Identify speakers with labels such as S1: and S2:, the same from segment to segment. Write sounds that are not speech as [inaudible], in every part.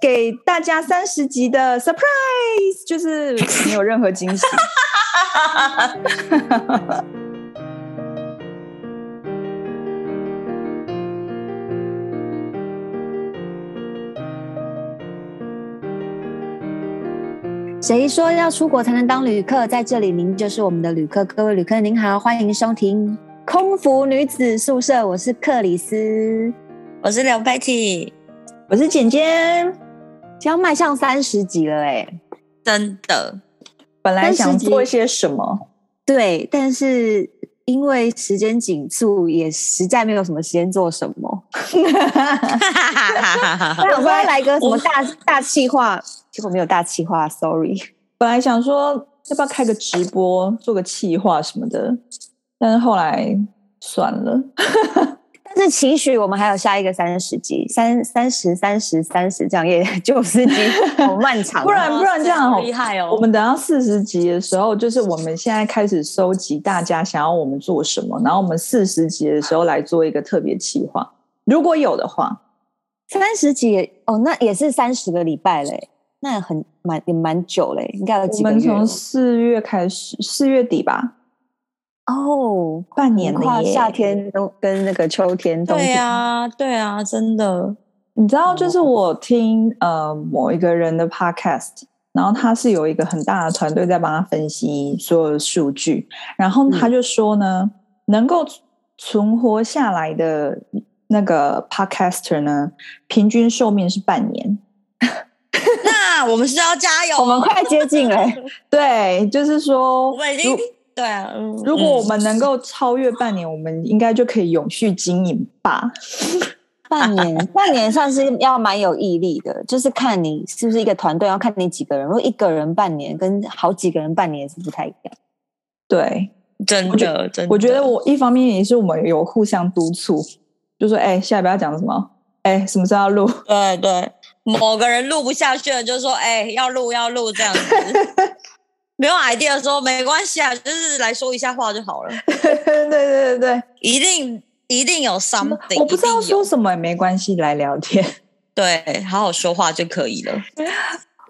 S1: 给大家三十集的 surprise，就是
S2: [laughs]
S1: 没有任何惊喜。
S2: 谁说要出国才能当旅客？在这里，您就是我们的旅客。各位旅客，您好，欢迎收听空服女子宿舍，我是克里斯。
S3: 我是刘 Betty，
S1: 我是简简，
S2: 要迈向三十集了哎、
S3: 真的，
S1: 本来想
S2: 30集
S1: 做一些什么？
S2: 对，但是因为时间紧促，也实在没有什么时间做什么。我想说要来个什么大大气化，结果没有大气化，sorry。
S1: [laughs] 本来想说要不要开个直播，做个企划什么的，但是后来算了。
S2: 但是期许我们还有下一个三十集，三三十三十三十，这样也九十集，好漫长啊。
S1: 不然不然这样好
S3: 厉害哦！
S1: 我们等到四十集的时候，就是我们现在开始收集大家想要我们做什么，然后我们四十集的时候来做一个特别企划，如果有的话。
S2: 三十集也哦，那也是三十个礼拜嘞，那很蛮也蛮久嘞，应该有
S1: 我
S2: 几个
S1: 们
S2: 月
S1: 从
S2: 了
S1: 四月开始，四月底吧，
S2: 哦，
S1: 半年
S2: 跨
S1: 了耶。
S2: 夏天都跟那个秋天冬
S3: 对
S2: 天，
S3: 啊，对啊，真的，
S1: 你知道，
S3: 哦
S1: 就是我听呃某一个人的 podcast，然后他是有一个很大的团队在帮他分析所有的数据，然后
S3: 嗯
S1: 他就说呢，能够存活下来的那个 podcaster 呢，平均寿命是半年。
S3: 那我们是要加油，
S2: 我们快接近嘞，
S1: 对，就是说，
S3: 我们已经
S1: 如
S3: 对啊，嗯
S1: 如果我
S3: 嗯
S1: 们能够超越半年，我们应该就可以永续经营吧。
S2: 半年半年算是要蛮有毅力的，就是看你是不是一个团队，要看你几个人。如果一个人半年跟好几个人半年是不太一样。
S1: 对，
S3: 嗯真的真的，
S1: 我觉得我一方面也是我们有互相督促，就说哎、下一步要讲什么，哎、什么时候要录， [laughs]
S3: 对对，某个人录不下去了，就说哎、要录要录这
S1: [laughs]
S3: 样子。没有 idea 的时候没关系啊，就是来说一下话就好了。
S1: 对对对对，
S3: 一定一定有 something，
S1: 我不知道
S3: 一定有
S1: 说什么也没关系，来聊
S3: [laughs]
S1: 天。
S3: 对，好好说话就可以了。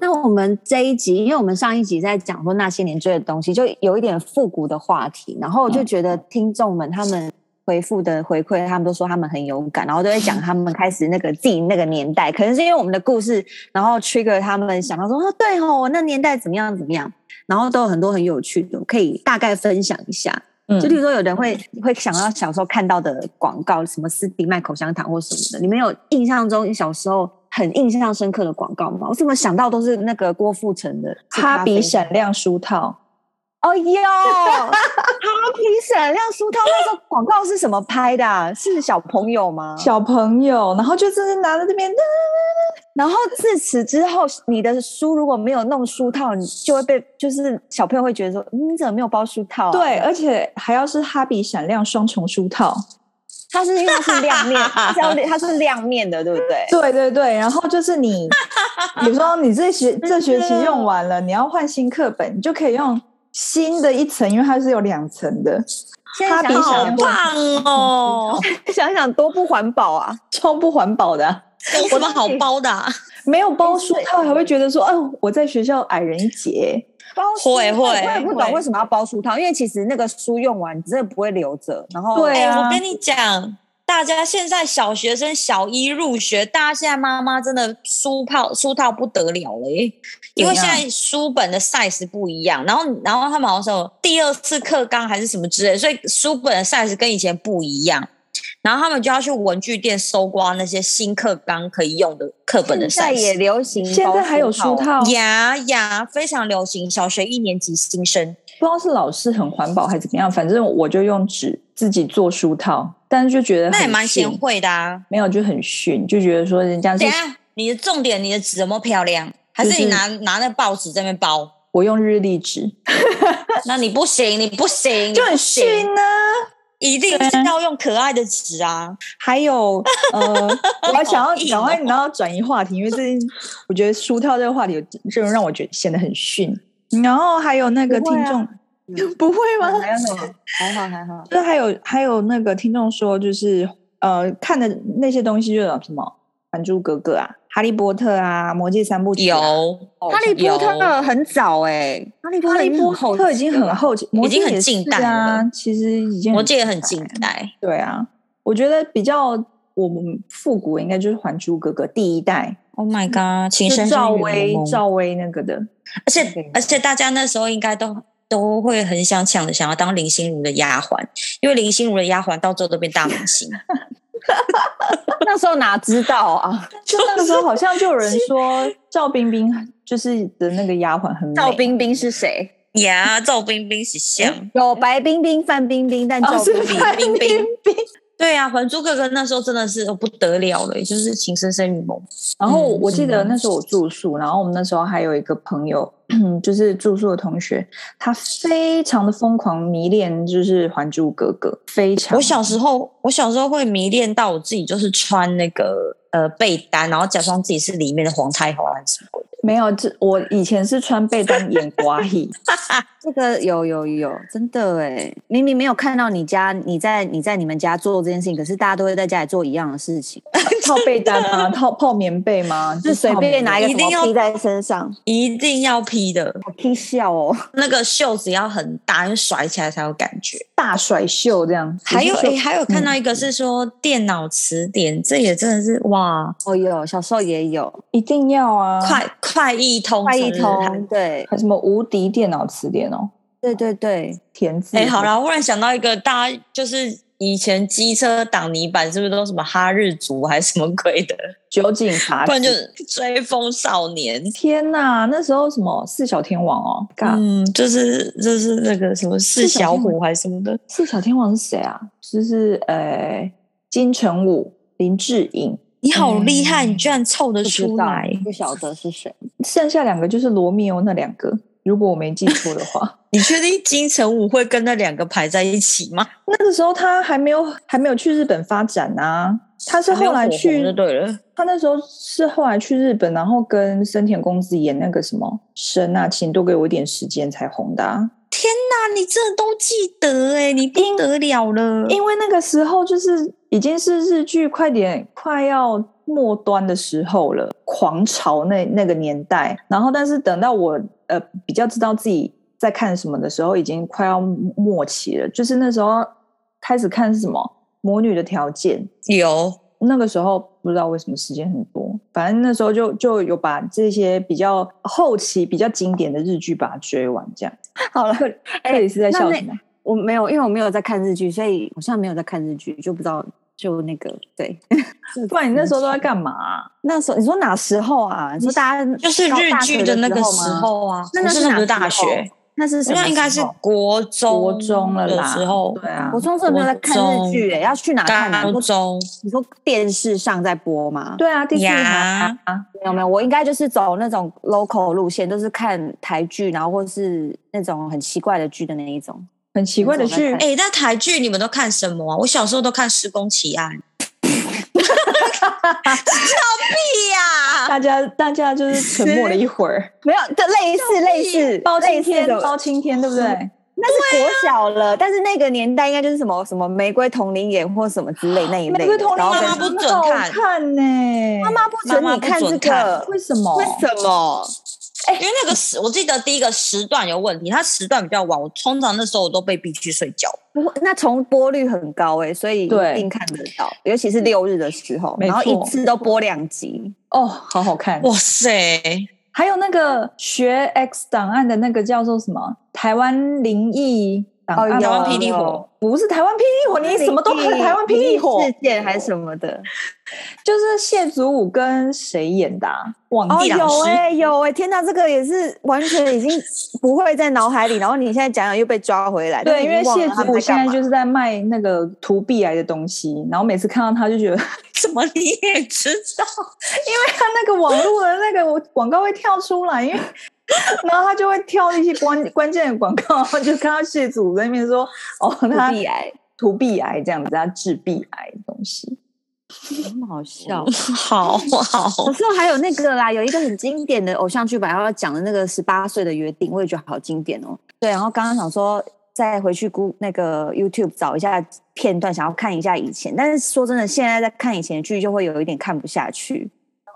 S2: 那我们这一集，因为我们上一集在讲说那些年追的东西，就有一点复古的话题，然后我就觉得听众们他们回复的回馈，他们都说他们很有感，然后都会讲他们开始那个自己那个年代，可能是因为我们的故事，然后 trigger 他们想到说，啊，对哦，我那年代怎么样怎么样，然后都有很多很有趣的，可以大概分享一下。
S1: 嗯
S2: 就例如说，有人会会想到小时候看到的广告，什么斯迪卖口香糖或什么的。你们有印象中小时候很印象深刻的广告吗？我怎么想到都是那个郭富城的是
S1: 哈比
S2: 啡
S1: 闪亮书套，
S2: 哦哟，哈比闪亮书涛那时候广告是什么拍的、啊？是小朋友吗？
S3: 嗯
S1: 小朋友，然后就真的拿着这边，
S2: 然后自此之后，你的书如果没有弄书套，你就会被就是小朋友会觉得说，嗯你怎么没有包书
S3: 哦
S2: 套、啊？
S1: 对，，而且还要是哈比闪亮双重书套，
S2: 它是因为它是亮面，它是要它是亮面的，对不对？
S1: 对对对，然后就是
S3: [laughs]
S1: 你，比如说你这学这学期用完了，你要换新课本，你就可以用新的一层，因为它是有两层的，
S2: 现在
S1: 哈比
S2: 想
S1: 闪
S2: 好
S1: 亮
S3: 好棒哦！
S2: 想想多不环保啊！
S1: 超不环保的啊、
S3: 有什么好包的、啊？
S1: 没有包书套还会觉得说，哦，我在学校矮人一截。
S2: 包书
S3: 会
S2: 我
S3: 会
S2: 也不懂
S1: 会
S2: 为什么要包书套，因为其实那个书用完你真的不会留着，然后
S1: 对
S3: 哎、
S1: 啊
S3: 我跟你讲，大家现在小学生小一入学，大家现在妈妈真的书套书套不得了了耶，因为
S1: 怎
S3: 现
S1: 样
S3: 在书本的 size 不一样，然后然后他们好像有第二次课纲还是什么之类，所以书本的 size 跟以前不一样。然后他们就要去文具店搜刮那些新课纲可以用的课本的
S2: 现在
S3: size。
S2: 也流行，
S1: 现在还有嗯书，
S2: 啊
S1: 套，不知
S3: 呀呀，非常流行，小学一年级新生。
S1: 道是老师很环保还怎么样，反正我就用纸自己做书套，但是就觉得
S3: 那也
S1: 很
S3: 蛮贤
S1: 逊
S3: 惠的啊。
S1: 没有就很逊，就觉得说人家是
S3: 等一下，你的重点，你的纸有没有漂亮？还是你拿、拿那报纸在那边包？
S1: 我用日历纸，
S3: 那你不行，你不行，
S1: 就很逊啊
S3: 逊，
S1: 呢、
S3: 一定是要用可爱的纸啊！
S1: 还 [laughs] 有呃，我还想要
S3: 好硬
S1: 赶快
S3: 哦
S1: 然后转移话题，因为最近我觉得书套这个话题，真的让我觉得显得很逊。然后还有那个
S2: 不会
S1: 听
S2: 啊
S1: 众， [laughs] 不会吗？
S2: 还有什么？还好还好，
S1: 就是还有还有那个听众说，就是呃看的那些东西，就有什么还珠格格》啊，《哈利波特》啊，《魔戒三部曲》啊。
S3: 有
S1: 哦
S2: 哈利波特很早哎、哈利波
S1: 哈
S2: 特
S1: 利波特已经
S2: 啊
S1: 很后期，魔
S3: 已经
S1: 戒
S3: 很
S1: 也
S3: 近
S1: 是
S3: 代
S1: 啊
S3: 了，
S1: 其实已经
S3: 魔戒也很
S1: 近
S3: 近
S1: 代
S3: 代，
S1: 对啊，我觉得比较我们复古应该就是《还珠格格》第一代，
S3: Oh my god！情
S1: 是
S3: 深
S1: 赵
S3: 深雨
S1: 薇
S3: 蒙蒙
S1: 赵薇那个
S3: [laughs]
S1: 的，
S3: 而
S1: 那个
S3: 且
S1: 年
S3: 而且大家那时候应该都都会很想抢着想要当林心如的丫鬟，因为林心如的丫鬟到最后都变大明星。 [laughs]
S2: 那时候哪知道啊？
S1: 就那个时候好像就有人说赵冰冰就是的那个丫鬟很
S2: [laughs]
S1: 美，哦
S2: 赵冰冰是谁？
S3: 呀，赵冰冰是
S1: 哎
S3: 像。
S2: 有白冰冰、范冰冰，但
S1: 哦
S2: 赵
S1: 是
S2: 冰冰、
S1: 范冰冰，
S3: 对啊，《还珠格格》那时候真的是哦不得了了，也就是情深深雨蒙。
S1: 然后
S3: 嗯
S1: 我记得
S3: 嗯
S1: 那时候我住宿，然后我们那时候还有一个朋友，就是住宿的同学，他非常的疯狂迷恋，就是《还珠格格》，非常。
S3: 我小时候，我小时候会迷恋到我自己，就是穿那个呃被单，然后假装自己是里面的皇太后还是什么的。
S1: 没有，这我以前是穿被单演 [laughs] 瓜戏，
S2: 这个有有有，真的哎，明明没有看到你家，你在你在你们家做这件事情，可是大家都会在家里做一样的事情，
S1: 套被单吗？套泡棉被吗？
S2: 就是随
S1: 泡棉
S2: 便拿一个
S1: 被
S2: 什
S3: 一定要
S2: 么披在身上，
S3: [laughs] 一定要披的，
S2: 好披笑哦。
S3: 那个袖子要很大，因为甩起来才有感觉。
S1: 大甩袖这样。
S3: 还有
S1: 我是
S3: 诶、
S1: 说
S3: 还有看到一个是说电脑词典，这也真的是哇，
S2: 哦有，小时候也有
S1: 一定要啊，
S3: 快快易通，
S2: 快一
S3: 真的是太
S2: 通，对
S1: 还有什么无敌电脑词典哦，
S2: 对对对，
S1: 填字。
S3: 哎、好，啦，忽然想到一个，大家就是以前机车挡泥板是不是都什么哈日族还是什么鬼的？
S1: 酒井法
S3: 不然
S1: 子
S3: 就。追风少年。
S1: 天呐，那时候什么四小天王哦，嘎，
S3: 嗯，就是就是那个什么四小虎还是什么的，
S1: 四小天王是谁啊？就是呃，金城武、林志颖，
S3: 你好厉害，你居然凑得
S2: 不知
S3: 出
S2: 道
S3: 来，
S2: 不晓得是谁。
S1: 剩下两个就是罗密欧那两个，如果我没记错的话。
S3: [laughs] 你确定金城武会跟那两个排在一起吗？
S1: 那个时候他还没有还没有去日本发展啊，他是后来
S3: 还没有火红
S1: 去
S3: 就对了。
S1: 他那时候是后来去日本，然后跟森田公子演那个什么《神啊，请多给我一点时间》才红的、啊。
S3: 那你真的都记得哎、你不得了了。
S1: 因为那个时候就是已经是日剧快点快要末端的时候了，狂潮那那个年代。然后，但是等到我呃比较知道自己在看什么的时候，已经快要末期了。就是那时候开始看什么《魔女的条件》，
S3: 有
S1: 那个时候不知道为什么时间很多，反正那时候就就有把这些比较后期比较经典的日剧把它追完，这样。
S2: 好了，哎
S1: 克里斯在笑
S2: 那
S1: 什么？
S2: 我没有，因为我没有在看日剧，所以我现在没有在看日剧，就不知道就那个对。
S1: 不然你那时候都在干嘛啊、
S2: 那时候你说哪时候啊？你说大家
S3: 就是
S2: 到
S3: 日
S2: 大学
S3: 剧的那个时
S2: 吗，
S3: 候啊，
S2: 那那
S3: 我
S2: 是
S3: 是
S2: 哪
S3: 不是大
S2: 时候
S3: 学？
S2: 那是什么时候？
S3: 那应该是国中
S1: 国中了啦，
S3: 的时候，
S1: 对啊，
S2: 我中真的没有在看日剧、欸，要去哪看啊？你说
S3: 高中
S2: 你说电视上在播吗？
S1: 对啊，第四台啊，
S2: 没有没有，我应该就是走那种 local 路线，都是看台剧，然后或是那种很奇怪的剧的那一种。
S1: 很奇怪的剧，
S3: 哎、那台剧你们都看什么啊？我小时候都看《施工奇案》。笑屁呀、啊
S1: 大家大家就是沉默了一会
S2: [laughs]
S1: 儿。
S2: 没有，这类似类似
S1: 包青
S2: 类似
S1: 天，
S2: 的
S1: 包青天，对不对？啊
S2: 那是国小了，但是那个年代应该就是什么什么玫瑰同龄眼或什么之类那一类的。
S1: 啊玫瑰童林
S2: 然后
S3: 妈
S2: 跟
S3: 妈不准
S1: 好
S3: 看
S1: 看呢，
S2: 妈妈不
S3: 妈妈
S2: 准你
S3: 不
S2: 看
S3: 准
S2: 这
S3: 看
S2: 个，哦
S1: 为什么？
S2: 为什么？
S3: 因为那个时，我记得第一个时段有问题，它时段比较晚，我通常那时候我都被逼去睡觉。
S2: 不会那重播率很高哎、所以一
S1: 对
S2: 定看得到，尤其是六日的时候，
S1: 没
S2: 然后一
S1: 错
S2: 次都播两集。
S1: 哦，好好看。
S3: 哇塞，
S1: 还有那个学 X 档案的那个叫做什么？台湾灵异档案吗，
S2: 哦
S3: 台湾
S2: 有
S3: 霹雳火
S2: 有，
S1: 不是台湾霹雳火，哦你什么都看台湾霹雳火
S2: 事，件还是什么的？
S1: 就是谢祖武跟谁演的啊？忘
S2: 哦，
S1: 记了
S3: 老
S2: 有
S3: 师
S2: 哎、有哎、天哪，这个也是完全已经不会在脑海里，然后你现在讲讲又被抓回来。
S1: 对，因为谢祖
S2: 祖
S1: 武现在就是在卖那个图币来的东西，然后每次看到他就觉得，因为
S3: 怎么你也知道？ [laughs]
S1: 他那个网络的那个广告会跳出来，因为然后他就会挑一些关关键的广告，然后就看到谢祖武在那边说，哦，他
S2: 鼻癌，
S1: 图币癌这样子，他治币癌的东西。
S2: 很好笑。
S3: 好好
S2: 小，时候还有那个啦，有一个很经典的偶像剧吧，然后讲的那个十八岁的约定，我也觉得好经典哦。对，然后刚刚想说。再回去估那个 YouTube 找一下片段，想要看一下以前。但是说真的，现在在看以前的剧就会有一点看不下去，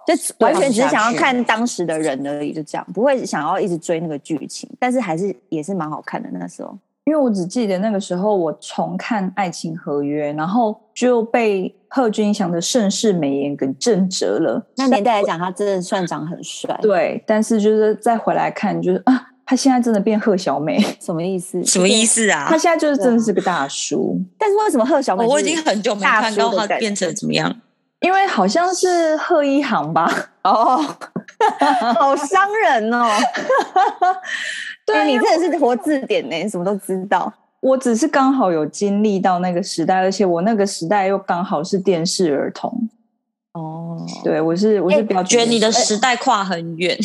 S2: 就完全只是想要看当时的人而已，就这样，不会想要一直追那个剧情。但是还是也是蛮好看的那时候。
S1: 因为我只记得那个时候我重看《爱情合约》，然后就被贺军翔的盛世美颜给震折了。
S2: 那年代来讲，他真的算长很帅，
S1: 对，但是就是再回来看，就是啊，他现在真的变贺小美，
S2: 什么意思？
S3: 什么意思啊
S1: 他？现在就是真的是个大叔，
S2: 但是为什么贺小美
S3: 我
S2: 是？
S3: 哦我已经很久没
S2: 大
S3: 看
S2: 叔
S3: 到
S2: 的
S3: 他
S2: 感
S3: 变成怎么样。
S1: 因为好像是贺一航吧？
S2: [laughs] 哦，好伤人哦！
S1: [laughs]
S2: 哎
S1: 对，啊
S2: 你
S1: 因为
S2: 真的是活字典呢，你什么都知道。
S1: 我只是刚好有经历到那个时代，而且我那个时代又刚好是电视儿童，
S2: 哦，
S1: 对我是我是
S2: 哎
S1: 比较
S3: 觉得你的
S1: 电视
S3: 时代跨很远，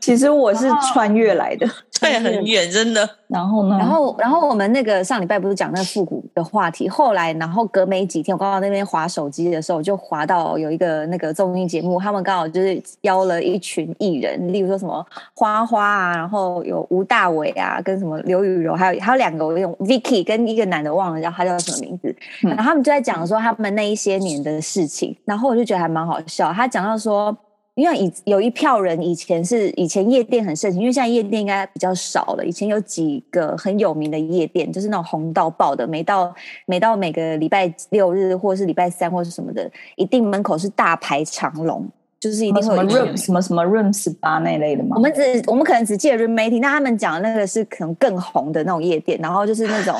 S1: 其实我
S2: 哦
S1: 是穿越来的。
S3: 对，很远，真的。
S1: 然后呢？
S2: 然后，然后我们那个上礼拜不是讲那个复古的话题，后来然后隔没几天，我刚好那边划手机的时候，就划到有一个那个综艺节目，他们刚好就是邀了一群艺人，例如说什么花花啊，然后有吴大伟啊，跟什么刘雨柔，还有还有两个我用 Vicky 跟一个男的忘了叫他叫什么名字，
S1: 嗯
S2: 然后他们就在讲说他们那一些年的事情，然后我就觉得还蛮好笑，他讲到说。因为以有一票人以前是以前夜店很盛行，因为现在夜店应该比较少了。以前有几个很有名的夜店，就是那种红到爆的，每到每到每个礼拜六日或是礼拜三或是什么的，一定门口是大排长龙，就是一定
S1: 哦什
S2: 会有
S1: 么
S2: 一
S1: room 什么什么 room 十八那一类的吗
S2: 我？们只我们可能只记得 Remedy，那他们讲的那个是可能更红的那种夜店，然后就是那
S1: [laughs]
S2: 种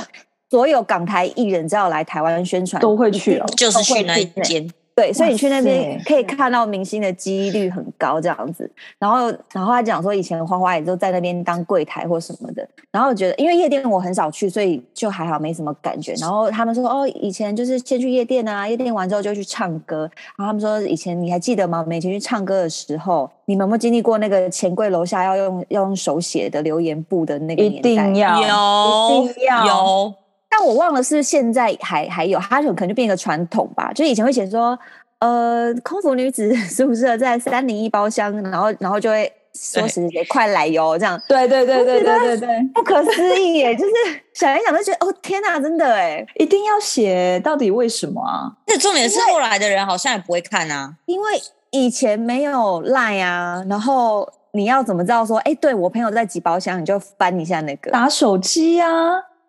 S2: 所有港台艺人只要来台湾宣传
S1: 都会去哦
S3: 就是去那一
S2: 都会去
S3: 间，
S2: 对，所以你去那边
S1: 哇塞嗯
S2: 可以看到明星的几率很高，这样子。然后，然后他讲说，以前花花也都在那边当柜台或什么的。然后我觉得，因为夜店我很少去，所以就还好，没什么感觉。然后他们说，哦，以前就是先去夜店啊，夜店完之后就去唱歌。然后他们说，以前你还记得吗？我们以前去唱歌的时候，你们有没有经历过那个钱柜楼下要用要用手写的留言簿的那个
S1: 一
S2: 年代？
S1: 定要
S3: 有
S1: 一定要
S3: 有，
S2: 但我忘了是不是现在还还有，它有可能就变一个传统吧。就以前会写说，呃，空服女子 [laughs] 宿舍在三零一包厢，然后然后就会说谁
S3: 对
S2: 谁谁快来哟，这样
S1: 对对对对对
S2: [laughs]
S1: 对对，
S2: 不可思议耶！就是 [laughs] 想一想就觉得，哦天哪，真的哎，
S1: 一定要写，到底为什么啊？
S3: 那重点是后来的人好像也不会看啊，
S2: 因为以前没有赖啊，然后你要怎么知道说，哎，对我朋友在几包厢，你就翻一下那个。
S1: 打手机啊，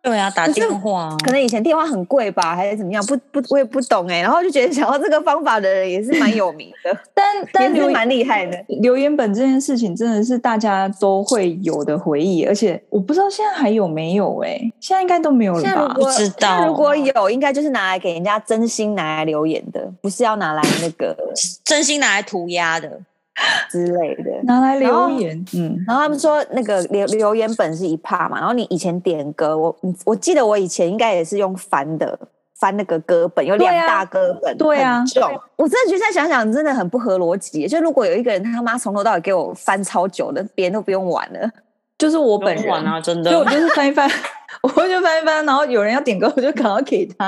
S3: 对啊，打
S2: 可是
S3: 电话啊，
S2: 可能以前电话很贵吧，还是怎么样？不不，我也不懂哎。然后就觉得想到这个方法的人也是蛮有名的，
S1: 但 [laughs] 但
S2: 也
S1: 留
S2: 是蛮厉害的。
S1: 留言本这件事情真的是大家都会有的回忆，而且我不知道现在还有没有哎、现在应该都没有了
S2: 现在如
S1: 吧？
S2: 果
S3: 不知道
S2: 现在如果
S1: 啊
S2: 有，应该就是拿来给人家真心拿来留言的，不是要拿来那个
S1: [laughs]
S3: 真心拿来涂鸦的，
S2: 之类的。
S1: 拿来
S2: 然后
S1: 留言，嗯，
S2: 然后他们说那个留留言本是一帕嘛，然后你以前点歌，我你我记得我以前应该也是用翻的。翻那个歌本有
S1: 对啊
S2: 两大歌本，
S1: 对啊
S2: 很重。我真的觉得现在想想真的很不合逻辑。就如果有一个人他妈从头到尾给我翻超久的，别人都不用玩了。
S1: 就是我本人，
S3: 啊，真
S1: 所以我就是翻一翻，我就翻一翻，然后有人要点歌，我就赶快给他，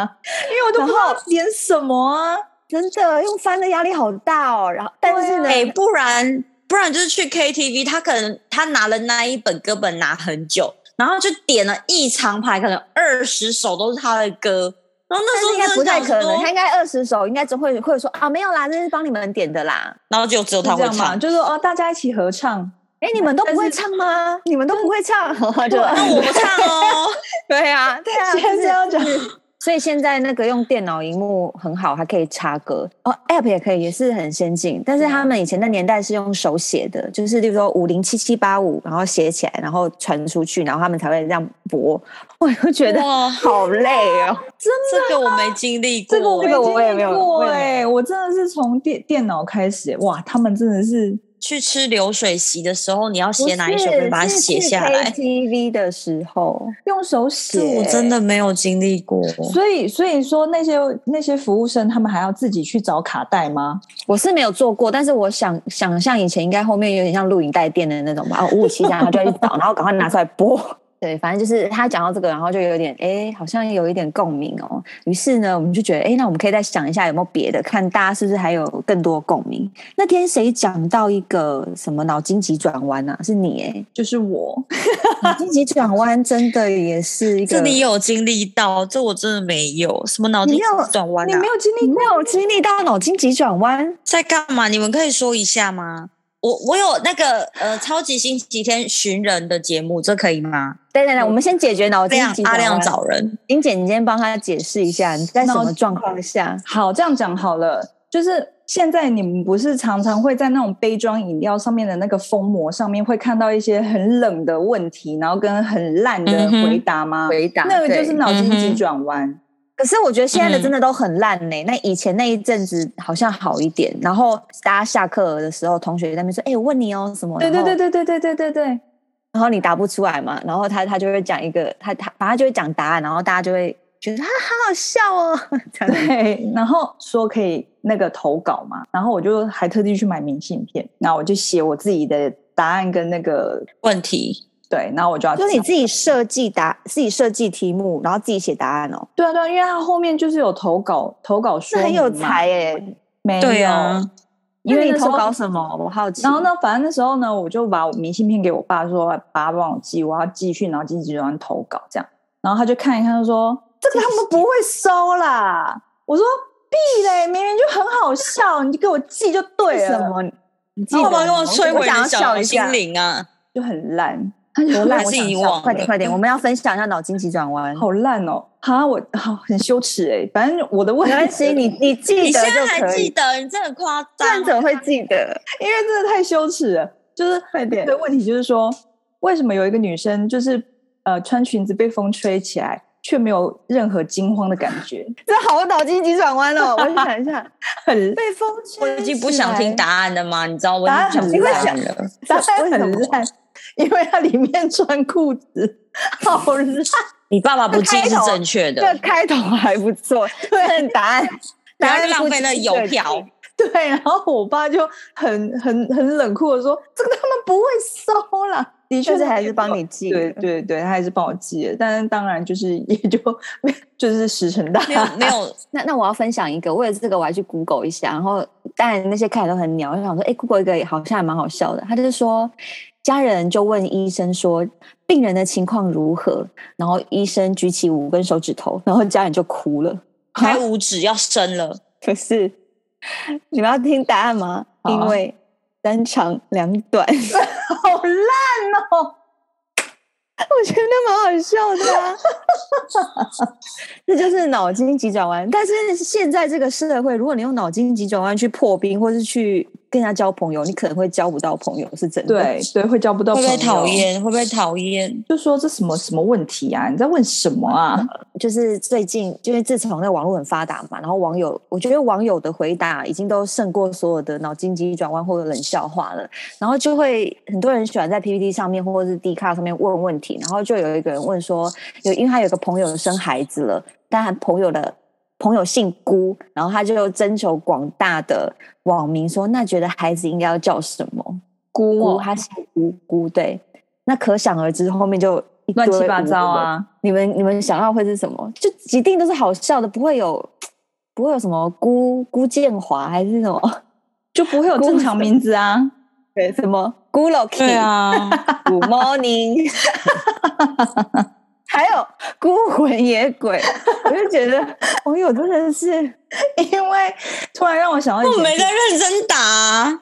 S1: 因为我都不知道点什么啊。
S2: 真的用翻的压力好大哦。然后但
S1: 啊
S2: 是呢，
S3: 哎、不然不然就是去 KTV，他可能他拿了那一本歌本拿很久，然后就点了一长排，可能二十首都是他的歌，然后那
S2: 但是
S3: 时候
S2: 应该不太
S3: 真的
S2: 可
S3: 想说
S2: 能，他应该二十首应该只会会说啊，没有啦，这是帮你们点的啦。
S3: 然后就只有
S1: 是
S3: 他
S1: 这
S3: 会
S1: 样嘛，
S3: 唱。
S1: 就是哦，大家一起合唱，
S2: 哎、你们都不会
S1: 但
S2: 唱吗？你们都不会唱， [laughs] 就
S3: 啊
S2: 啊
S3: 那我不唱哦，
S2: 对
S3: [laughs]
S2: 啊，对啊，就是
S1: 现在
S2: 是。
S1: 要讲
S2: 所以现在那个用电脑荧幕很好，还可以插歌哦，App 也可以，也是很先进。但是
S3: 啊
S2: 他们以前的年代是用手写的，就是例如说五零七七八五，然后写起来，然后传出去，然后他们才会这样播。 [laughs] 我就 [laughs] 觉得
S3: 哇，
S2: 好累哦。
S3: 这个我没经历过，
S1: 这个，
S2: 这个我也
S1: 经历
S2: 没有
S1: 过
S2: 我也没
S1: 哎，我真的是从电电脑开始，哇，他们真的是
S3: 去吃流水席的时候，你要 [laughs] 写哪一首
S2: 不
S3: 歌，
S2: 是
S3: 把它
S2: 是
S3: 写
S2: 去
S3: 下来。
S2: KTV 的时候，
S1: 用手
S3: 这
S1: 写，
S3: 我真。的没有经历过，
S1: 所以，所以说那些那些服务生，他们还要自己去找卡带吗？
S2: 我是没有做过，但是我想想象以前应该后面有点像录影带店的那种吧，哦，五五七这样，然后就要去找，然后赶快拿出来播。 [laughs] 对，反正就是他讲到这个，然后就有点哎，好像有一点共鸣哦。于是呢，我们就觉得哎，那我们可以再想一下有没有别的，看大家是不是还有更多共鸣。那天谁讲到一个什么脑筋急转弯啊？是你哎，
S1: 就是我，
S2: 脑筋急转弯真的也是一个
S3: 这你有经历到，这我真的没有。什么脑
S2: 你
S3: 筋
S2: 没有
S3: 急转弯
S1: 你
S3: 啊
S1: 没？有经
S2: 你
S1: 历
S2: 没有经历到脑筋急转弯？
S3: 在干嘛？你们可以说一下吗？我我有那个呃，超级星期天寻人的节目，这可以吗？
S2: 等等等，我们先解决脑筋
S3: 亮
S2: 急
S3: 阿
S2: 转
S3: 亮
S2: 弯。
S3: 找人，
S2: 林姐，你先帮他解释一下，你在什
S1: 脑
S2: 么状况下？
S1: 好，这样讲好了，就是现在你们不是常常会在那种杯装饮料上面的那个封膜上面会看到一些很冷的问题，然后跟很烂的
S3: 嗯哼
S1: 回答吗？
S2: 回答
S1: 那个嗯就
S2: 对
S1: 是脑筋
S3: 嗯
S1: 急
S3: 哼
S1: 转弯。
S2: 可是我觉得现在的真的都很烂呢、那以前那一阵子好像好一点，然后大家下课的时候，同学在那边说：“哎、我问你哦，什么？”
S1: 对
S2: 然
S1: 对
S2: 后
S1: 对，对对对对对对，
S2: 然后你答不出来嘛，然后他他就会讲一个，他他反正就会讲答案，然后大家就会觉得啊，好好笑哦，这样
S1: 对，然后说可以那个投稿嘛，然后我就还特地去买明信片，然后我就写我自己的答案跟那个
S3: 问题
S1: 对，然后我就要
S2: 就是你
S1: 讲
S2: 自己设计答，自己设计题目，然后自己写答案哦，
S1: 对啊对啊，因为他后面就是有投稿投稿说
S2: 这很有
S1: 明嘛
S2: 才哎、
S1: 没有？
S3: 对啊，
S1: 因为
S2: 那
S1: 那
S2: 你
S1: 时
S2: 投
S1: 候
S2: 稿什么？我好奇。
S1: 然后？呢，反正那时候呢，我就把我明信片给我爸说，爸帮我寄，我要寄去，然后进集团投稿这样。然后他就看一看，他说这个他们不会收啦。我说屁嘞，明明就很好
S2: 哦
S1: 笑，你就给我寄就对
S2: 为
S1: 了，
S2: 什么？你记
S3: 那哦我
S2: 得
S3: 们跟
S2: 吗
S3: 我摧
S2: 我
S3: 毁
S2: 想要
S3: 你
S2: 笑
S3: 小
S2: 一下
S3: 心。灵啊！
S1: 就很烂。他就
S2: 多烂
S3: 还
S2: 我
S3: 是
S2: 想
S3: 遗
S2: 笑
S3: 忘
S2: 快点
S3: 了
S2: 快点，我们要分享一下脑筋急转弯。
S1: 好烂哦，哈，我好很羞耻哎、反正我的问
S2: 没
S1: 题， [laughs]
S2: 关系，你你记
S3: 你
S2: 得
S3: 现在
S2: 就
S3: 还
S2: 可
S3: 记
S2: 以。
S3: 得？你真的很夸
S2: 这样
S3: 张
S2: 怎。么会记得？
S1: 因为真的太羞耻了。就是
S2: 快点
S1: 的问题就是说，为什么有一个女生就是呃穿裙子被风吹起来，却没有任何惊慌的感觉，
S2: 这好脑筋急转弯
S3: [laughs]
S2: 哦！我想一下，
S1: 很
S2: 被风吹，
S3: 我已经不想听。答案了吗？你知道我
S1: 答案
S3: 已经
S1: 很
S3: 讲
S1: 烂
S3: 答案了。
S1: [laughs] 答
S2: 为
S1: 案
S2: 什
S1: 很
S2: 么
S1: 烂，因为它里面穿裤子，好烂。 [laughs]
S3: 你爸爸不记
S2: 开
S3: 是
S2: 头
S3: 正确
S2: 这
S3: 的，
S2: 开头还不
S3: [laughs]
S2: 错，对，答案
S3: 不
S2: 答
S3: 要
S2: 案
S3: 浪
S2: 不
S3: 费那
S2: 记
S3: 邮
S2: 得
S3: 票。
S1: 对，然后我爸就很很很冷酷的说：“这个他们不会收啦。”的确
S2: 就是是还是帮你记。
S1: 对对对，他还是帮我记了，但是当然就是也就 [laughs] 就是石沉大
S3: 没有
S2: [laughs]
S3: 没有，
S2: 那那我要分享一个，为了这个我还去 Google 一下，然后当然那些看起来都很鸟，我就想说，哎，Google 一个好像还蛮好笑的。他就是说，家人就问医生说病人的情况如何，然后医生举起五根手指头，然后家人就哭了。
S3: 开五指要生了。
S2: 可是你们要听答案吗？
S1: 好啊
S2: 因为三长两短，我
S1: 好烂哦。
S2: 觉得蛮好笑的、啊。 [laughs] 这就是脑筋急转弯。但是现在这个社会，如果你用脑筋急转弯去破冰，或是去跟人家交朋友，你可能会交不到朋友，是真的。
S1: 对对，会交不到
S3: 会
S1: 朋
S3: 不
S1: 友，
S3: 会讨，厌？会不会讨厌？
S1: 就说这什么什么问题啊？你在问什么
S3: [laughs]
S1: 啊？
S2: 就是最近，就是自从那个网络很发达嘛，然后网友，我觉得网友的回答已经都胜过所有的脑筋急转弯或者冷笑话了。然后就会很多人喜欢在 PPT 上面或者是 D 卡上面问问题，然后就有一个人问说，有因为他有个朋友生孩子了，但他朋友的朋友姓辜，然后他就征求广大的网民说，那觉得孩子应该要叫什么？
S1: 姑
S2: 辜，
S1: 哦，
S2: 他姓辜，辜对。那可想而知，后面就一
S1: [laughs] 乱七
S2: 堆
S1: 八
S2: 无
S1: 糟
S2: 的
S1: 啊！
S2: 你们你们想要会是什么？就一定都是好笑的，不会有不会有什么辜辜建华还是什么？
S1: 就不会有
S2: 姑
S1: 正
S2: 什
S1: 常
S2: 么
S1: 名字 [laughs] 啊？
S2: 对，什么咕 l o k
S3: 对啊，
S2: ，Good morning，还有孤魂野鬼，我就觉得网友真的是
S1: 因为突然让我想到以
S3: 我
S1: 前
S3: 没
S1: 就，
S3: 在认真打啊。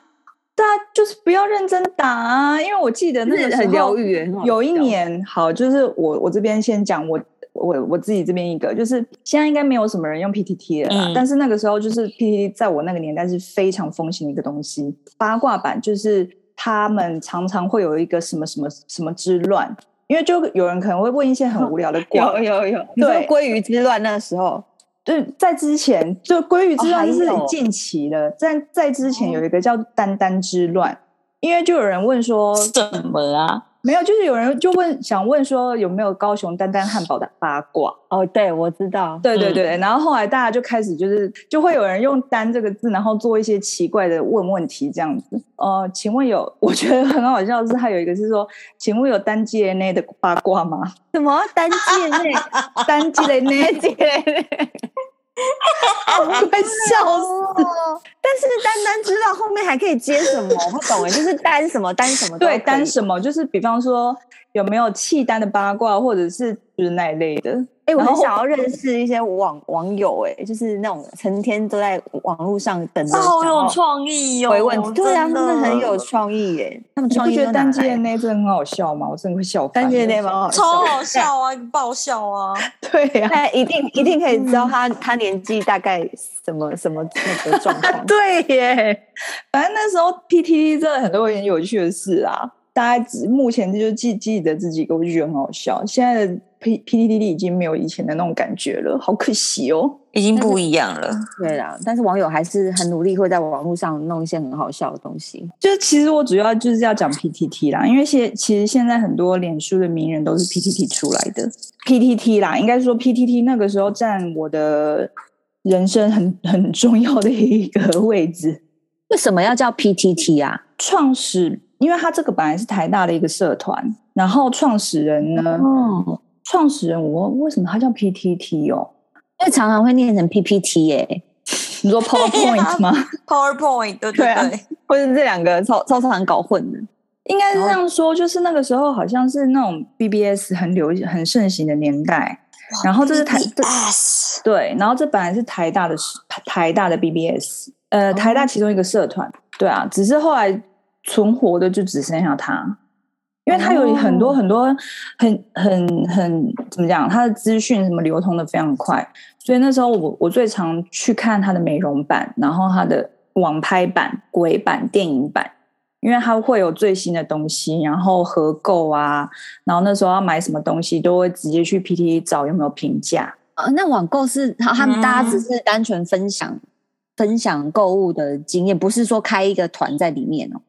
S1: 大家就是不要认真打啊！因为我记得那个时候
S2: 愈，很好
S1: 有一
S2: 笑
S1: 年，好，就是我我这边先讲我我我自己这边一个，就是现在应该没有什么人用 PTT 了啦，
S3: 嗯
S1: 但是那个时候就是 PTT 在我那个年代是非常风行的一个东西，八卦版就是他们常常会有一个什么什么什么之乱，因为就有人可能会问一些很无聊的
S2: [laughs]
S1: 卦
S2: 有，有有，你说
S1: 对
S2: 鲑鱼之乱那个时候，
S1: 对，在之前就鲑鱼之
S2: 哦还
S1: 乱就是
S2: 有哦
S1: 近期的，在在之前有一个叫丹丹之乱，因为就有人问说
S3: 什么啊？
S1: 没有，就是有人就问，想问说有没有高雄丹丹汉堡的八卦？
S2: 哦，对，我知道，
S1: 对对对，然后后来大家就开始就是就会有人用“丹”这个字，然后做一些奇怪的问问题这样子。呃，请问有？ [laughs] 我觉得很好笑的是，还有一个是说，请问有单 DNA 的八卦吗？ [laughs]
S2: 什么单界内 [laughs]
S1: 单 DNA 之类的，我快笑 [laughs] 死！
S2: 哦， [laughs] 但是单单知道后面还可以接什么，我不懂哎，就是单什么单什么都可
S1: 对，
S2: 以，
S1: 单什么？就是比方说有没有契丹的八卦，或者是就是那一类的。
S2: 哎、我
S1: 然
S2: 很
S1: 后
S2: 想要认识一些网网友、哎，就是那种成天都在网络上等着，
S3: 这好
S2: 然
S3: 有
S2: 后
S3: 创意哦！
S2: 回问，对啊，他
S3: 真的
S2: 们很有创意、哎，他们
S1: 你
S2: 创
S1: 不
S2: 意
S1: 觉得
S2: 都
S1: 单
S2: 拿
S1: 界
S2: 来。
S1: 那真的很好笑吗？我真的会笑翻。
S2: 单界内蛮好笑
S3: 超
S2: 的，
S3: 好笑啊，爆笑啊！
S1: [laughs] 对呀、
S2: 但一定一定可以知道他他年纪大概什么什么那个状况。
S1: [laughs] 对耶。反正那时候 PTT 真的很多很有趣的事啊，大家只目前就记记得这几个，我就觉得很好笑。现在的 P PTT 已经没有以前的那种感觉了，好可惜哦。
S3: 已经不一样了，
S2: 对啦，但是网友还是很努力，会在网络上弄一些很好笑的东西。
S1: 就是其实我主要就是要讲 PTT 啦，因为现其实现在很多脸书的名人都是 PTT 出来的，PTT 啦，应该说 PTT 那个时候占我的人生很很重要的一个位置。
S2: 为什么要叫 PTT 啊？
S1: 创始，因为他这个本来是台大的一个社团，然后创始人呢，
S2: 哦，
S1: 创始人我为什么他叫 PTT 哦？
S2: 因为常常会念成 PPT 耶、
S1: 你说 PowerPoint 吗？
S3: PowerPoint，对
S1: 对
S3: 对
S1: 啊
S3: 对，
S2: 或者这两个超超常搞混的。
S1: 应该是这样说，就是那个时候好像是那种 BBS 很流行很盛行的年代，然后这是
S3: [laughs]
S1: 台这
S3: S，
S1: 对，然后这本来是台大的台大的 BBS，呃，台大其中一个社团，对啊，只是后来存活的就只剩下他，因为他有很多
S2: 哦
S1: 很多很很很怎么讲，他的资讯什么流通的非常快，所以那时候我我最常去看他的美容版，然后他的网拍版、鬼版、电影版。因为它会有最新的东西，然后合购啊，然后那时候要买什么东西，都会直接去 PTT 找有没有评价，
S2: 呃，那网购是他他们
S3: 嗯
S2: 大家只是单纯分享、分享购物的经验，不是说开一个团在里面哦。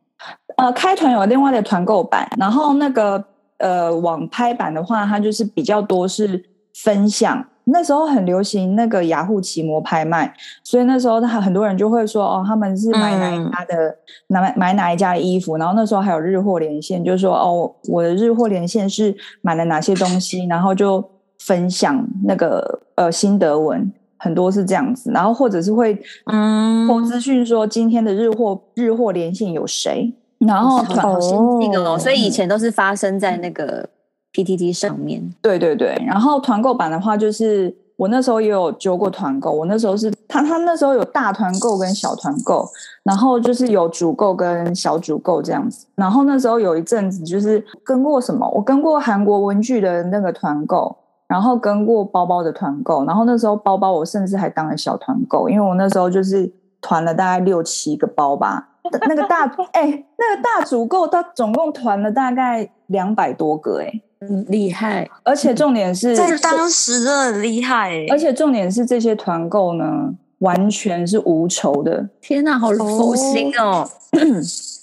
S1: 呃，开团有另外的团购版，然后那个呃网拍版的话，它就是比较多是分享。那时候很流行那个雅虎奇摩拍卖，所以那时候他很多人就会说哦，他们是买哪一家的，哪买买哪一家的衣服，然后那时候还有日货连线，就说哦，我的日货连线是买了哪些东西，然后就分享那个呃心得文，很多是这样子，然后或者是会
S3: 嗯
S1: 投资讯说今天的日货日货连线有谁，然后团
S2: 好新进哦，
S3: 哦
S2: 所以以前都是发生在那个 PTT 上面。
S1: 对对对，然后团购版的话，就是我那时候也有揪过团购，我那时候是他他那时候有大团购跟小团购，然后就是有主购跟小主购这样子，然后那时候有一阵子就是跟过什么，我跟过韩国文具的那个团购。然后跟过包包的团购，然后那时候包包我甚至还当了小团购，因为我那时候就是团了大概六七个包吧，那个大 [laughs] 哎、那个大主购他总共团了大概两百多个哎、
S2: 嗯，厉害。
S1: 而且重点是
S3: 在当时真的很厉害欸，
S1: 而且重点是这些团购呢，完全是无酬的，
S2: 天哪、好佛心哦！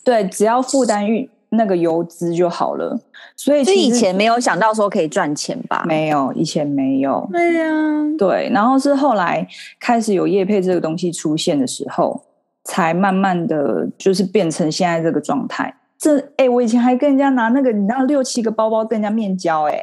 S1: 对，只要负担运那个邮资就好了。所以
S2: 所以
S1: 其
S2: 以
S1: 实
S2: 前没有想到说可以赚钱吧？
S1: 没有，以前没有，
S2: 对呀、
S1: 对，然后是后来开始有业配这个东西出现的时候，才慢慢的就是变成现在这个状态。这哎、我以前还跟人家拿那个，你知道六七个包包跟人家面交、哎，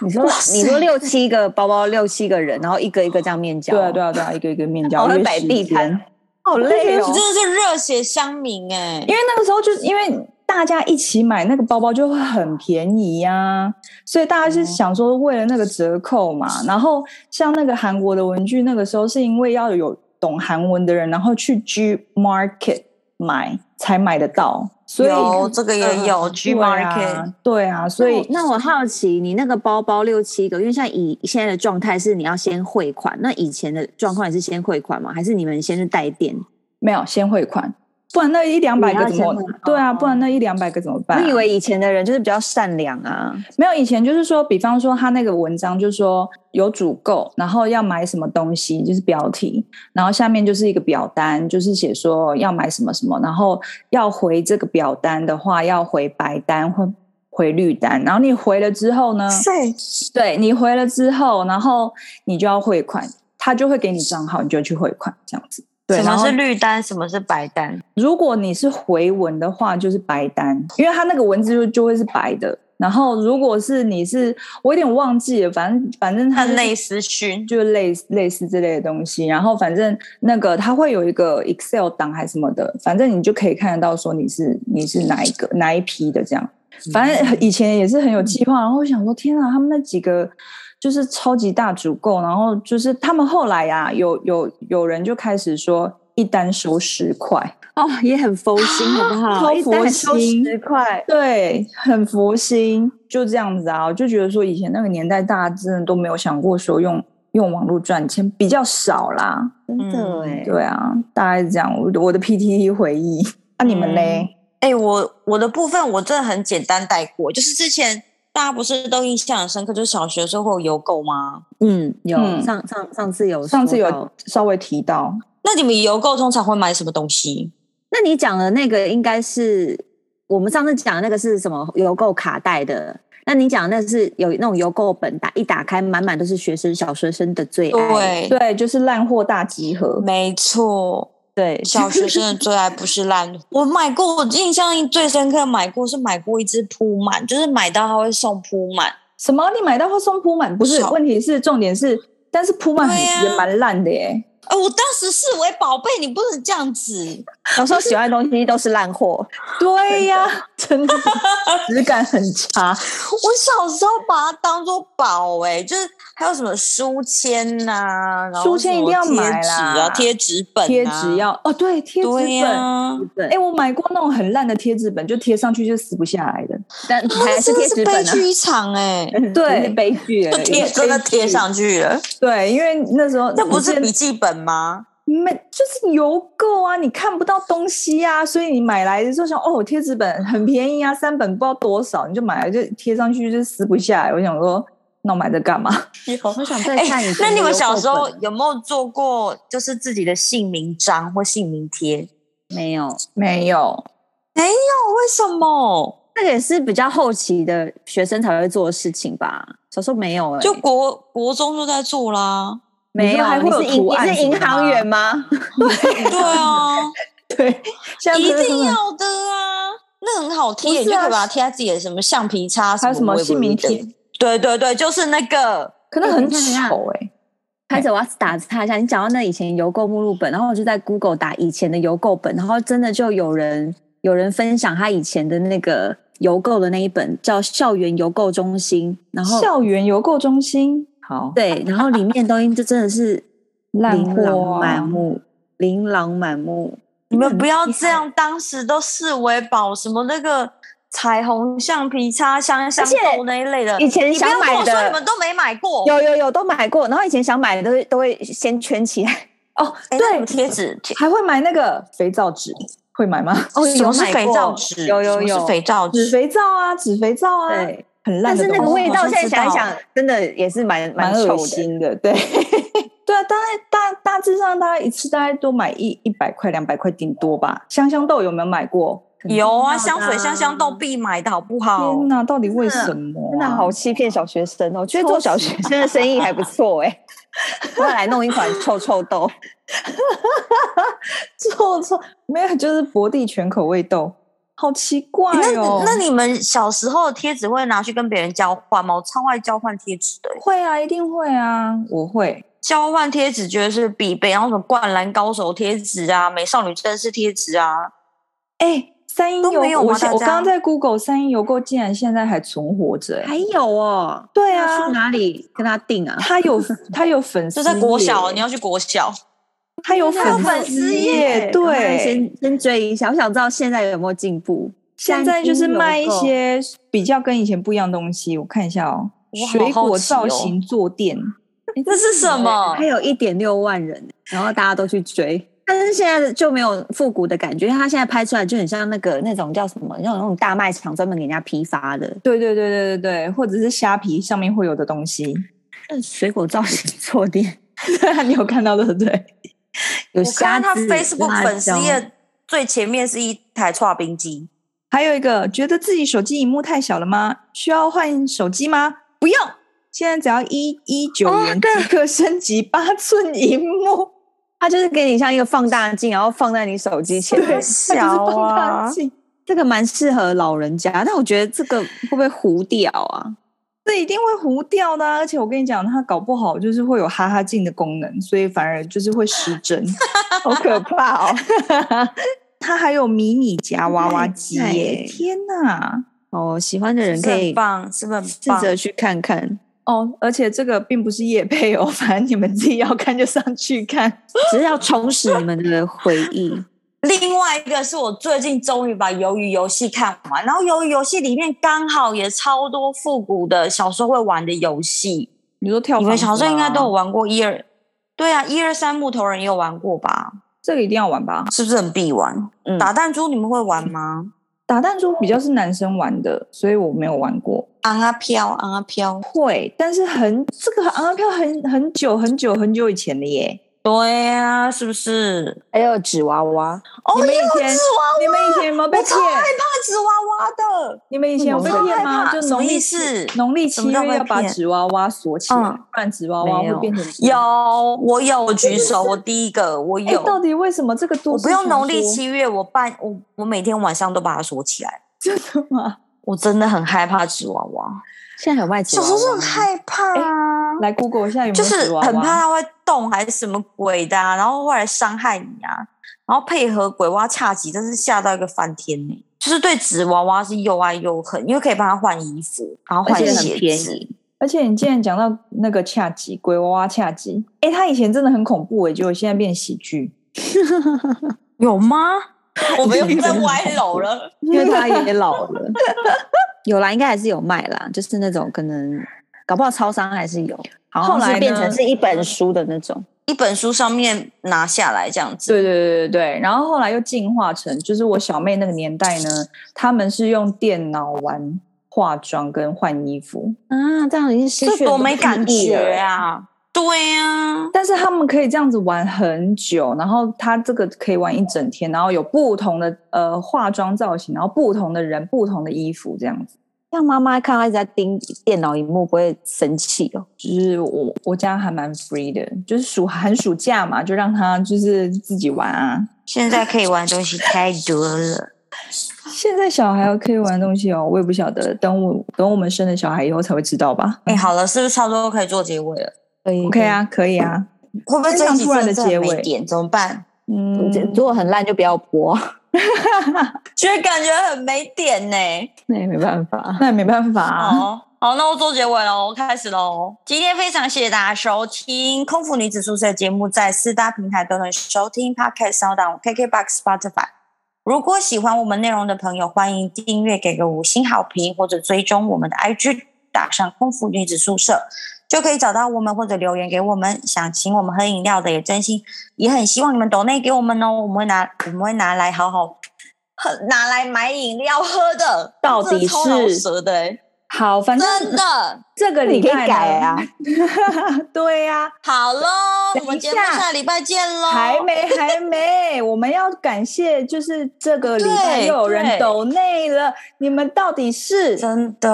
S2: 你说
S3: 哇塞
S2: 你说六七个包包，六七个人，然后一个一个这样面交，哦
S1: 对啊对啊对啊，一个一个面交，
S2: 好像
S1: 约
S2: 摆
S1: 时
S2: 地摊
S1: 间
S2: 好累哦
S3: 你。真的是热血乡民哎
S1: 因，为那个时候就是因为大家一起买那个包包就会很便宜呀、所以大家是想说为了那个折扣嘛。
S2: 嗯
S1: 然后像那个韩国的文具，那个时候是因为要有懂韩文的人，然后去 G Market 买才买得到，所以
S3: 有这个也有
S1: 嗯
S3: G
S1: 对啊
S3: Market
S1: 对啊，所以
S2: 那我那我好奇，你那个包包六七个，因为像以现在的状态是你要先汇款，那以前的状况也是先汇款吗？还是你们先是带电？
S1: 没有先汇款。不然那一两百个怎
S2: 你要
S1: 么
S2: 先汇款？
S1: 对啊，不然那一两百个怎么办、
S2: 我
S1: 啊？
S2: 以为以前的人就是比较善良啊，
S1: 没有，以前就是说，比方说他那个文章就是说有主购，然后要买什么东西，就是标题，然后下面就是一个表单，就是写说要买什么什么，然后要回这个表单的话，要回白单或回绿单，然后你回了之后呢，
S3: 对，
S1: 对你回了之后，然后你就要汇款，他就会给你账号，你就去汇款这样子。对，
S3: 什
S1: 然
S3: 么
S1: 后
S3: 是绿单，什么是白单？
S1: 如果你是回文的话，就是白单，因为它那个文字就就会是白的。然后如果是你是，我有点忘记了，反正反正它就
S3: 它
S1: 是
S3: 类私讯，
S1: 就类似类似这类的东西。然后反正那个它会有一个 Excel 档还是什么的，反正你就可以看得到说你是你是哪一个哪一批的这样。反正以前也是很有计划，然后我想说天啊，他们那几个就是超级大主购，然后就是他们后来呀、有有有人就开始说一单收十块，
S2: 哦，也很佛心，好不 [gasps] 好？
S1: 超
S2: 一单
S1: 佛
S2: 收
S1: 心
S2: 十块，
S1: 对，很佛心，就这样子啊，我就觉得说以前那个年代大家真的都没有想过说用用网络赚钱，比较少啦。
S2: 真的
S3: 嗯
S2: 哎。
S1: 对啊，大概是这样。我我的 PTT 回忆，那、你们嘞？
S3: 哎、我我的部分我真的很简单带过，就是之前大家不是都印象很深刻，就是小学的时候会有邮购吗？
S2: 嗯，有
S1: 嗯
S2: 上上上次嗯有
S1: 上次
S2: 说
S1: 有
S2: 到
S1: 稍微提到，
S3: 那你们邮购通常会买什么东西？
S2: 那你讲的那个应该是我们上次讲的那个是什么邮购卡带的？那你讲的那是有那种邮购本打一打开，满满都是学生小学生的最爱。
S3: 对，
S1: 对，就是烂货大集合。
S3: 没错，
S2: 对
S3: 小学生的最爱不是烂。我买过，我印象最深刻买过是买过一只铺满，就是买到它会送铺满。
S1: 什么？你买到会送铺满？不是，
S3: 少
S1: 问题是重点是，但是铺满很
S3: 对啊
S1: 也蛮烂的耶。
S3: 哎、我当时视为宝贝，你不能这样子。
S2: 小时候喜欢的东西都是烂货。
S1: 对呀、真的 [laughs] 质感很差。
S3: 我小时候把它当做宝哎，就是还有什么书签呐、然后
S1: 书签一定要买
S3: 什么
S1: 啦
S3: 贴纸啊，贴纸本、啊，
S1: 贴纸要哦，对，贴纸
S3: 对
S1: 本。
S3: 呀、
S1: 哎、
S2: 对，
S1: 我买过那种很烂的贴纸本，就贴上去就撕不下来的。
S2: 但
S3: 啊
S2: 还
S3: 那
S2: 是
S3: 真的
S2: 贴
S3: 是
S2: 纸
S3: 悲
S2: 本啊，嗯
S3: 剧一场
S1: [laughs]
S3: 哎、
S1: 对
S2: 对，悲剧而
S3: 就
S2: 已。
S3: 贴真的贴上去了，
S1: 对，因为那时候
S3: 那不是
S1: 你
S3: 笔记本吗？
S1: 没，就是邮购啊，你看不到东西啊，所以你买来的时候想，哦，贴纸本很便宜啊，三本不知道多少，你就买来就贴上去就撕不下来。我想说，那我买这干嘛？ [laughs]
S2: 我想再
S3: 哎、
S2: 看前
S3: 那你
S2: 的邮
S3: 们小
S2: 购
S3: 时候
S2: 本
S3: 有没有做过就是自己的姓名章或姓名贴？
S2: 没有？
S1: 没有，
S3: 哦，为什么？
S2: 那个也是比较后期的学生才会做的事情吧？小时候没有哎，
S3: 就国国中就在
S1: [laughs]
S3: 做啦。
S1: 你
S2: 没
S1: 说
S2: 有。啊
S1: 还会
S2: 你
S1: 有
S2: 是银
S1: 图
S2: 你
S1: 案
S2: 是
S1: 什么
S2: 银
S1: 的
S2: 行
S1: 吗
S2: 员 [laughs] 吗？
S3: 对啊，
S1: 对，现在
S3: 一
S1: 真的
S3: 定要的啊，那很好贴，
S1: 不是啊
S3: 你就可以把它贴在自己的什么橡皮擦，
S1: 还有什么
S3: 微微
S1: 姓名
S3: 的
S1: 贴。，
S3: 对对对，就是那个。
S1: 可能很
S2: 哎等一下
S1: 丑哎、欸。
S2: 开始我要打岔一下，你讲到那以前邮购目录本，然后我就在 Google 打以前的邮购本，然后真的就有人有人分享他以前的那个邮购的那一本叫《校园邮购中心》，然后
S1: 校园邮购中心，好
S2: 对，然后里面东西就真的 [laughs] 是
S1: 烂
S2: 琳
S1: 货
S2: 琅
S1: 啊
S2: 满目，琳琅满目。
S3: 你们不要这样，当时都视为宝什么那个彩虹橡皮擦、香香
S2: 而且
S3: 豆那一类的。
S2: 以前
S3: 你不
S2: 想
S3: 要跟
S2: 买
S3: 我说你们
S2: 的
S3: 都没买过，
S2: 有有有都买过，然后以前想买的都会都会先圈起来。
S1: 哦，
S3: 哎那你们
S1: 对，
S3: 贴纸贴
S1: 还会买那个肥皂纸，会买吗？
S2: 哦
S3: 什么是肥皂纸？
S2: 有有
S3: 什么
S2: 有
S3: 是肥皂
S1: 纸
S3: 纸。
S1: 肥皂啊，纸肥皂啊，
S2: 对。
S1: 很
S2: 但
S1: 烂的
S2: 是
S1: 东西。
S2: 那个味
S3: 好
S2: 道，
S3: 像
S2: 现在
S3: 知
S2: 想一
S3: 道
S2: 想，真的也是蛮
S1: 蛮
S2: 臭
S1: 恶
S2: 的。
S1: 心的，对，对啊，大概大大致上大概一次大概都买一一百块两百块顶多吧。香香豆有没有买过？
S3: 有啊，
S2: 肯定要
S3: 香
S2: 的啊
S3: 水、香香豆必买的好不好？
S1: 天哪，到底为什么、啊？ [laughs]
S2: 真的好欺骗小学生哦！我觉得做小学生的生意还不错 [laughs] 哎、我要来弄一款臭臭豆，
S1: 臭臭，没有，就是薄地全口味豆，好奇怪
S3: 那
S1: 哦。
S3: 那你们小时候的贴纸会拿去跟别人交换吗？我超爱交换贴纸的，
S1: 会啊，一定会啊，我会。
S3: 交换贴纸绝对是必备。然后什么灌篮高手贴纸啊、美少女战士贴纸啊，
S1: 哎，三一
S3: 都
S1: 邮
S3: 没有
S1: 购，
S3: 吗
S1: 我现
S3: 大
S1: 我
S3: 家
S1: 刚刚在 Google 三一邮购竟然现在还存活着、哎，
S2: 有哦。
S1: 对
S2: 对
S1: 啊
S2: 去，哪里跟他订啊？
S1: 他有他有粉丝
S3: [laughs] 就
S1: 页，
S3: 在国小，你要去国小。
S1: 他有
S3: 他有
S1: 粉
S3: 粉
S1: 丝
S3: 丝
S1: 页，
S3: 页
S2: 赶快
S1: 对，
S2: 先先追一下，我想知道现在有没有进步。
S1: 现在就是卖一
S2: 三星
S1: 些比较跟以前不一样的东西，我看一下哦，
S3: 哇
S1: 水
S3: 好
S1: 果
S3: 好奇哦
S1: 造型坐垫，
S3: 这是什么
S2: 它？有一点六万人，然后大家都去追。但是现在就没有复古的感觉，因为它现在拍出来就很像那个那种叫什么，那种那种大卖场专门给人家批发的
S1: 对对对对对对，或者是虾皮上面会有的东西， [laughs]
S2: 那水果造型坐垫，
S1: 对啊，你有看到对不对？
S2: 有
S3: 我看
S2: 虾
S3: 他
S2: 子、
S3: Facebook
S2: 辣
S3: 粉丝
S2: 椒
S3: 页最前面是一台刨冰机，
S1: 还有一个，觉得自己手机荧幕太小了吗？需要换手机吗？不用，现在只要一一九
S2: 哦
S1: 元
S2: 对
S1: 即可升级八寸荧
S3: [laughs]
S1: 幕，
S2: 它就是给你像一个放大镜，然后放在你手机前
S1: 对，它
S2: 面。
S1: 就是 [laughs]
S2: 小
S1: 放大
S2: 啊，
S1: 镜。
S2: 这个蛮适合老人家，但我觉得这个会不会糊掉啊？
S1: 这一定会糊掉的啊、而且我跟你讲，它搞不好就是会有哈哈镜的功能，所以反而就是会失真，好可怕哦！ [laughs] 它还有迷你夹娃娃机
S2: 太
S1: 耶！
S2: 太
S1: 天哪！
S2: 哦，喜欢的人
S3: 是
S2: 可
S3: 很
S2: 以
S3: 棒，是不是很
S2: 试
S3: 棒？
S2: 着去看看，
S1: 哦，而且这个并不是夜配哦，反正你们自己要看就上去看。
S2: 只是要重拾你们的回忆。
S3: 另外一个是我最近终于把《鱿鱼游戏》看完，然后《鱿鱼游戏》里面刚好也超多复古的小时候会玩的游戏，
S1: 你说跳
S3: 你
S1: 房子吗，啊
S3: 们小时候应该都有玩过一二，对啊，一二三木头人也有玩过吧？
S1: 这个一定要玩吧？
S3: 是不是很必玩？
S1: 嗯
S3: 打弹珠你们会玩吗？
S1: 打弹珠比较是男生玩的，所以我没有玩过。
S3: 昂啊飘，昂啊飘，
S1: 会，但是很这个啊票很很久很久很久以前的耶。
S3: 对啊，是不是？
S2: 还有纸娃娃，
S3: 哦，
S1: 你们以前
S3: 纸娃娃，
S1: 你们以前有没有被
S3: 我
S1: 骗
S3: 超？害怕纸娃娃的。
S1: 你们以前有被骗吗？就
S3: 什
S1: 农
S3: 么
S1: 历七
S3: 意思？
S1: 农历七
S3: 什么叫
S1: 月
S3: 被
S1: 要把
S3: 骗
S1: 纸娃娃锁起来，
S3: 嗯
S1: 不然纸娃
S2: 没
S1: 娃会
S2: 有
S1: 变成纸
S3: 有，嗯我有举手，我第一个，我
S1: 哎
S3: 有。，
S1: 到底为什么这个都
S3: 我
S1: 市
S3: 不用
S1: 传
S3: 农历
S1: 说
S3: 七月，我半我我每天晚上都把它锁起来。
S1: 真的吗？
S3: 我真的很害怕纸娃娃，
S2: 现在有卖纸
S3: 小
S2: 娃
S3: 时候就
S2: 娃
S3: 很
S2: 吗，
S3: 害怕啊，
S1: 来 Google 一下有没
S3: 就
S1: 有纸
S3: 是
S1: 娃娃？
S3: 很怕它会动还是什么鬼的、啊，然后会来伤害你啊，然后配合鬼娃恰吉，真是吓到一个翻天呢、就是对纸娃娃是又爱又恨，因为可以帮它换衣服，然后
S2: 而
S3: 换
S2: 且很
S3: 鞋
S2: 便
S3: 子。
S2: 宜。
S1: 而且你既然讲到那个恰吉鬼娃娃恰吉，哎，他以前真的很恐怖哎，结果现在变喜剧，
S3: 有吗？我 [laughs] 们又不在
S1: 有
S3: 歪楼了。
S1: 因
S2: 因为
S1: 他
S2: 他也老了。有啦，应该还是有卖啦，就是那种可能，搞不好超商还是有。好
S1: 后
S2: 像
S1: 来
S2: 是
S1: 呢
S2: 变成是一本书的那种，
S3: 一本书上面拿下来这样子，
S1: 对对对对对，然后后来又进化成，就是我小妹那个年代呢，他们是用电脑玩化妆跟换衣服，
S2: 啊，这样已经失
S3: 这
S2: 去
S3: 多
S2: 很
S3: 没
S2: 意
S3: 感
S2: 义
S3: 觉
S2: 了！
S3: 啊！对啊呀、
S1: 但是他们可以这样子玩很久，然后他这个可以玩一整天，然后有不同的呃化妆造型，然后不同的人、不同的衣服这样子。
S2: 像妈妈看她一直在盯电脑荧幕，不会生气哦。
S1: 就是我我家还蛮 free 的，就是暑寒暑假嘛，就让他就是自己玩啊。
S3: 现在可以玩的东西太多了，
S1: 现在小孩可以玩的东西哦，我也不晓得，等我等我们生了小孩以后才会知道吧。
S3: 哎、好了，是不是差不多可以做结尾了？
S2: 可以
S1: OK，啊，可以啊，
S3: 会不会这一
S1: 非常
S3: 集
S1: 突然的
S3: 真的
S1: 结尾
S3: 没点怎么办？
S2: 可
S1: 嗯
S2: 以，如果很烂就不要播，
S3: 觉得感觉很没点呢、
S2: 那也没办法。
S1: 那也没办法啊。
S3: 好好，那我做结尾喽，开始喽。今天非常谢谢大家收听《空服女子宿舍》节目，在四大平台都能收听，Podcast、Sound、KKBox、Spotify。如果喜欢我们内容的朋友，欢迎订阅，给个五星好评，或者追踪我们的 IG，打上“空服女子宿舍”就可以找到我们，或者留言给我们。想请我们喝饮料的，也真心也很希望你们抖内给我们哦，我们会拿我们会拿来好好喝，拿来买饮料喝的。
S1: 到底
S3: 这超饶
S1: 是
S3: 舌的、欸。
S1: 好，反正
S3: 真的
S1: 这个礼
S2: 你可以
S1: 拜呢
S2: 改啊，
S1: [laughs] 对啊呀、
S3: [laughs] 好喽，
S1: 等一下
S3: 我们节目下礼拜见喽。
S1: 还
S2: 哦
S1: 没，还没，我们要感谢，就是这个礼拜
S3: 对
S1: 又有人
S3: 对
S1: 抖内了。你们到底是，
S3: 真的，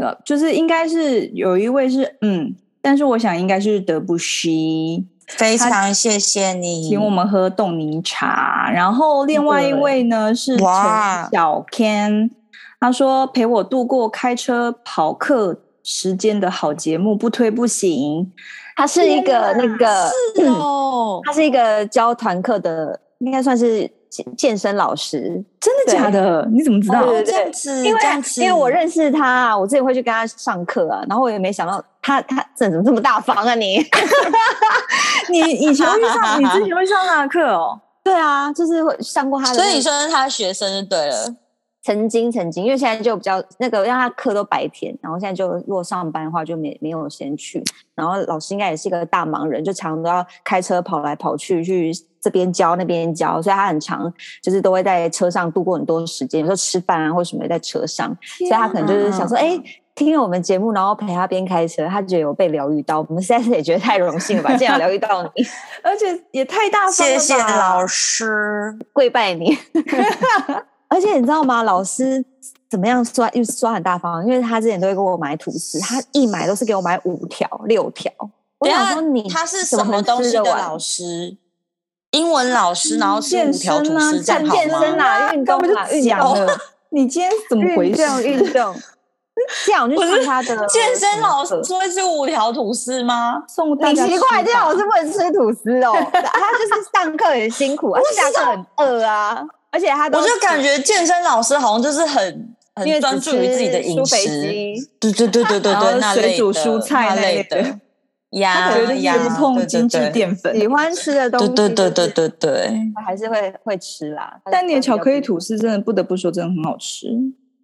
S1: 呃就是应该是有一位是嗯，但是我想应该是德布西，
S3: 非常谢谢
S2: 嗯
S3: 你，
S1: 请我们喝冻柠茶。然后另外一位呢是陈
S3: 哇
S1: 小 Ken，他说陪我度过开车跑课时间的好节目，不推不行。
S2: 它 [laughs] 是一个那个，
S3: 是哦，
S2: [clears throat] 它是一个教团课的，应该算是健健身老师。
S1: 真的
S2: 对
S1: 假的？你怎么知道？
S2: 对对
S3: 这样子，
S2: 因为
S3: 嗯这样子，
S2: 因为我认识他啊，我之前会去跟他上课啊，然后我也没想到他他这怎么这么大方啊你？ [laughs]
S1: 你以前会上，你之前会上他的课哦。
S2: 对啊，就是会上过他的那
S3: 所
S2: 个，
S3: 以你说是他学生就对了。
S2: 曾经曾经，因为现在就比较那个，让他课都白天，然后现在就如果上班的话就没没有时间去，然后老师应该也是一个大忙人，就常常都要开车跑来跑去去。这边教那边教，所以他很常就是都会在车上度过很多时间，有时候吃饭啊或什么也在车上，所以他可能就是想说，哎、听了我们节目，然后陪他边开车，他觉得有被疗愈到。我们实在是也觉得太荣幸了吧，竟然疗愈到你，
S1: 而且也太大方了
S3: 谢
S2: 啊
S1: 吧！
S3: 谢老师，
S2: 跪拜你。 [laughs] 而且你知道吗？老师怎么样刷又刷很大方，因为他之前都会给我买吐司，他一买都是给我买五条、六条。我
S3: 等一
S2: 想
S3: 下
S2: 说你
S3: 他是
S2: 怎
S3: 什么东
S2: 吃
S3: 西
S2: 得
S3: 的
S2: 完
S3: 老师？英文老师，然后吃五
S1: 健
S3: 条
S1: 身
S3: 吐
S1: 啊
S3: 司，这样好
S2: 健身
S3: 吗？
S2: 啊，运
S1: 刚
S2: 动
S1: 不就
S2: 啊，运
S1: 讲
S2: 动
S1: 了？ [laughs] 你今天怎么回
S2: 运
S1: 事？
S2: 动运动， [laughs] 这样我就
S3: 不是
S2: 看他的
S3: 健身老
S2: 什
S3: 师
S2: 么课
S3: 会吃五条吐司吗？
S1: 送大
S2: 你
S1: 家
S2: 奇
S1: 吃
S2: 怪，这
S1: 吧
S2: 样我是不能吃吐司
S3: [laughs]
S2: 哦。他就是上课很辛苦，而且下课很饿啊，而且他都
S3: 我就感觉健身老师好像就是很
S2: 因为只
S3: 很专注于自己的
S2: 吃
S3: 饮
S2: 酥肥
S3: 食，
S2: 鸡
S3: 对对对对对
S1: 然后
S3: 对，那
S1: 水
S3: 类
S1: 煮
S3: 的
S1: 蔬菜
S3: 那
S1: 那
S3: 类
S1: 类的，
S3: 呀
S1: 他
S2: 啊
S1: 绝对
S3: 呀，
S1: 是不碰精致
S3: 对。
S1: 淀粉。
S2: 喜欢吃的东
S3: 对
S2: 西，
S3: 对对对，对对，
S2: 还是会会吃啦。
S1: 但你的巧克力
S2: 吐。
S1: 吐司真的不得不说，真的很好吃。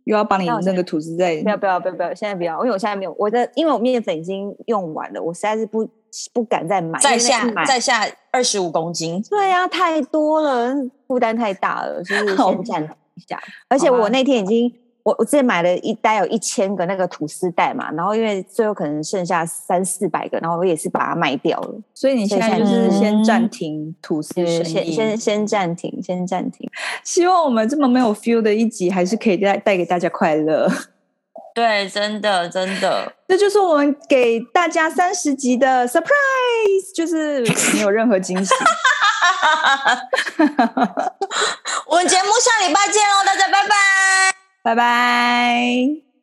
S1: 又要把你那个吐司再
S2: 不要不要不要不要，现在不要，因为我现在没有我的，因为我面粉已经用完了，我实在是不不敢再买，
S3: 再
S2: 因为那一
S3: 下
S2: 买
S3: 再下二十五公斤，
S2: 对呀、太多了，负担太大了，就是
S1: 好
S2: 先暂停一下。而且
S1: 好吧
S2: 我那天已经，我我之前买了一袋有一千个那个吐司袋嘛，然后因为最后可能剩下三四百个，然后我也是把它卖掉了，
S1: 所以你现在就是先暂停吐司
S2: 就是
S1: 生
S2: 先
S1: 意。
S2: 先先暂停，先暂停。
S1: 希望我们这么没有 feel 的一集，还是可以带带给大家快乐。 [laughs]
S3: 对，真的真的， [laughs]
S1: 这就是我们给大家三十集的 surprise，就是没有任何惊喜。
S3: 哦我们节目下礼拜见喽，大家拜拜。
S1: 拜拜。